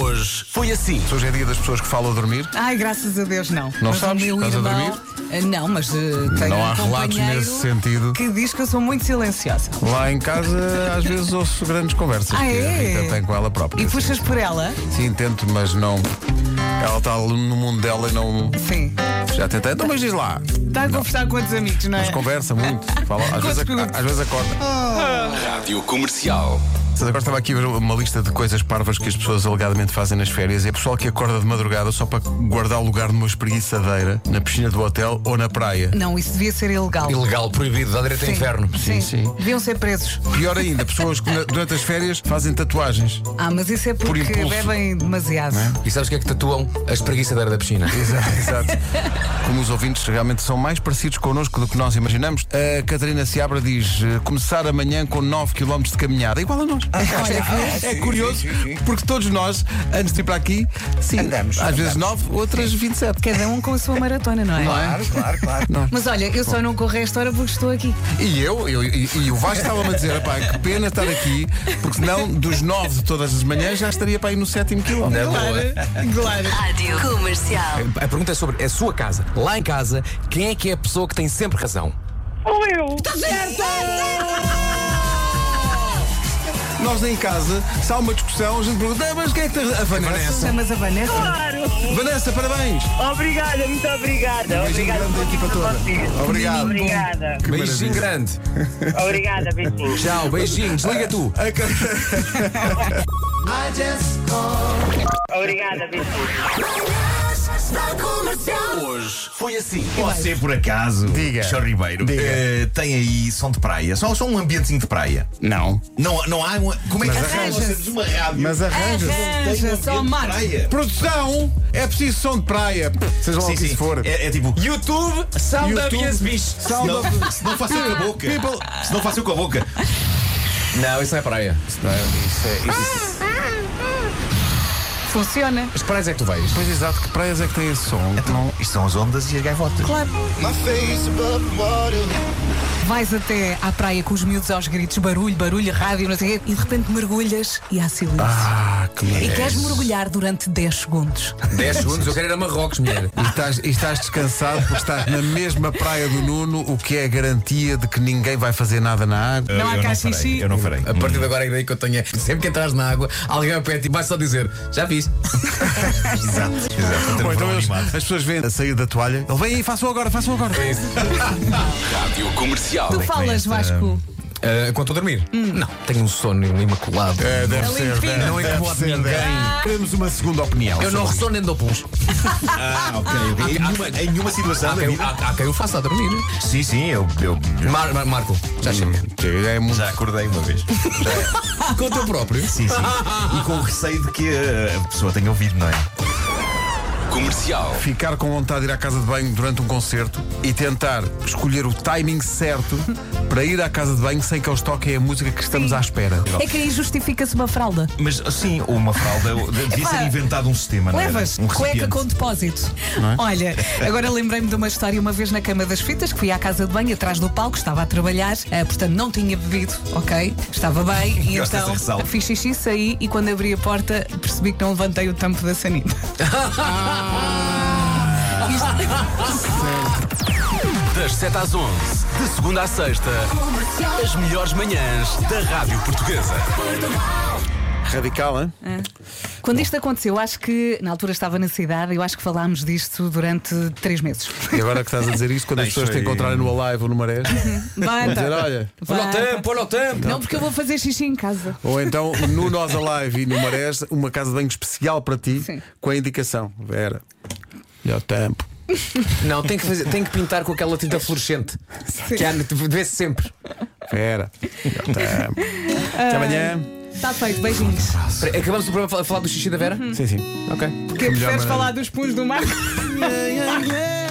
Hoje foi assim. Se Hoje é dia das pessoas que falam a dormir. Ai, graças a Deus, não. Não mas sabes? o meu Estás a irmão. dormir? Ah, Não, mas eh, tenho Não um há relatos companheiro nesse sentido. Que diz que eu sou muito silenciosa. Lá em casa, às vezes, ouço grandes conversas que Ah, a é? Rita tem com ela própria. E Sim, puxas sim. por ela? Sim, tento, mas não. Ela está ali no mundo dela e não. Sim. Já tentei. Então, mas diz lá. Está a conversar com outros amigos, não é? Mas conversa muito. Fala, às, vezes, ac- às vezes acorda. Rádio Comercial. Vocês Agora estava aqui a ver uma lista de coisas parvas que as pessoas alegadamente fazem nas férias. É pessoal que acorda de madrugada só para guardar o lugar numa espreguiçadeira, na piscina do hotel ou na praia. Não, isso devia ser ilegal. Ilegal, proibido, dá direito a inferno. Sim, é sim. Deviam ser presos. Pior ainda, pessoas que na- durante as férias fazem tatuagens. Ah, mas isso é porque impulso. bebem demasiado. E sabes o que é que tatuam? A espreguiçadeira da piscina. Exato, exato. Como os ouvintes realmente são mais parecidos connosco do que nós imaginamos, a Catarina Seabra diz eh, começar amanhã com 9 km de caminhada, igual a nós. Ah, é, curioso, porque todos nós, antes de ir para aqui, sim, Andamos, às andamos. vezes 9, outras 27. Cada um com a sua maratona, não é? Não é? Claro, claro, claro. Mas olha, eu só não corro a esta hora porque estou aqui. E eu, eu- e, e o Vasco estava-me a dizer, pá, que pena estar aqui, porque senão dos 9 de todas as manhãs já estaria para ir no sétimo quilómetro. é claro. Rádio Comercial. A pergunta é sobre a sua casa. Lá em casa, quem é que é a pessoa que tem sempre razão? Nós em casa, se há uma discussão, a gente pergunta, "Ah, mas quem é que tem a Vanessa? Chamas a Vanessa? Vanessa, parabéns! Obrigada, muito obrigada. Um beijinho Obrigada grande da por equipa tudo toda. vocês. Obrigado. Obrigada. Que maravilha. Beijinho grande. Obrigada, beijinhos. Tchau, beijinhos, liga tu. A Cat- Obrigada, beijinhos. Hoje foi assim. Você, por acaso, Diga. Sr. Ribeiro, Diga. eh, tem aí som de praia. Só, só um ambientezinho de praia. Não. Não, não há. Uma, como é que Mas arranjas? arranja-se. uma rádio? Mas arranja tem um Arranja, só ambiente de mar. praia. Produção! É preciso som de praia. Seja lá o Sim, que isso sim. for. É, é tipo. YouTube, sound YouTube. bichos. Sound Não, of- se não faço com a boca. Se não faço com a boca. Não, isso não é praia. Funciona. As praias é que tu vais. Pois exato, que praias é que tem esse som? Então, isto são as ondas e as gaivotas. Claro. Vais até à praia com os miúdos aos gritos, barulho, barulho, rádio, não sei o quê, e de repente mergulhas e há silêncio. Ah, que e maravilha. queres mergulhar durante 10 segundos. 10 segundos, eu quero ir a Marrocos, mulher. E estás, e estás descansado porque estás na mesma praia do Nuno, o que é a garantia de que ninguém vai fazer nada na água. Não há eu cá não farei, xixi. Eu não farei. A partir de agora, a ideia que eu tenho é sempre que entras na água, alguém ao pé e vai só dizer: Já fiz. Exato. um Exato. Ou então eles- animado. as pessoas vêm a sair da toalha. Ele vem aí, façam agora, façam agora. Rádio Comercial. Tu falas, Vasco. Ah, Quando estou a dormir? Eh, Não, tenho um sono imaculado. É, deve Ali em cima. Não incomoda ninguém. Queremos uma segunda opinião. Eu não ressono nem dou pulos. Ah, ok. ok. Em nenhuma- Em nenhuma situação. Há da quem, vida- há- há quem o faça a dormir. Ah, Sim, sim, eu. eu- Mar- Mar- Marco, já chega. É muito Já acordei uma vez. Ah. Com o teu próprio. Sim, sim. E com o receio de que eh, a pessoa tenha ouvido, não é? Comercial. Ficar com vontade de ir à casa de banho durante um concerto e tentar escolher o timing certo para ir à casa de banho sem que eles toquem a música que estamos à espera. É que aí justifica-se uma fralda. Mas sim, ou uma fralda. ou- Devia Epá, ser inventado um sistema, não é? Levas Um cueca recipiente. é? com depósito. Olha, agora lembrei-me de uma história uma vez na cama das fitas, que fui à casa de banho, atrás do palco, estava a trabalhar, eh, portanto não tinha bebido, ok? Estava bem, e Gosto dessa então ressalva. fiz xixi, saí e quando abri a porta percebi que não levantei o tampo da sanita. Das 7 às 11. De segunda à sexta. As melhores manhãs da Rádio Portuguesa. Radical, hein? Quando isto aconteceu, acho que na altura estava na cidade, eu acho que falámos disto durante três meses. E agora que estás a dizer isto, quando as Deixa pessoas te aí. encontrarem no Alive ou no Marés, Vai, tá. dizer, olha. Vai. Olha o tempo, olha o tempo. Não, porque eu vou fazer xixi em casa. Ou então no Nós Alive e no Marés, uma casa de banho especial para ti, Sim. com a indicação, Vera. Melhor tempo. Não, tem que, fazer- tem que pintar com aquela tinta fluorescente. Que há, vê-se sempre. Vera. Melhor tempo. Até amanhã. Está Tá feito, beijinhos. Uhum. Espera, Acabamos o programa a falar do xixi da Vera? Sim, sim. Ok. Porque preferes falar dos punhos do mar? Yeah, yeah, yeah.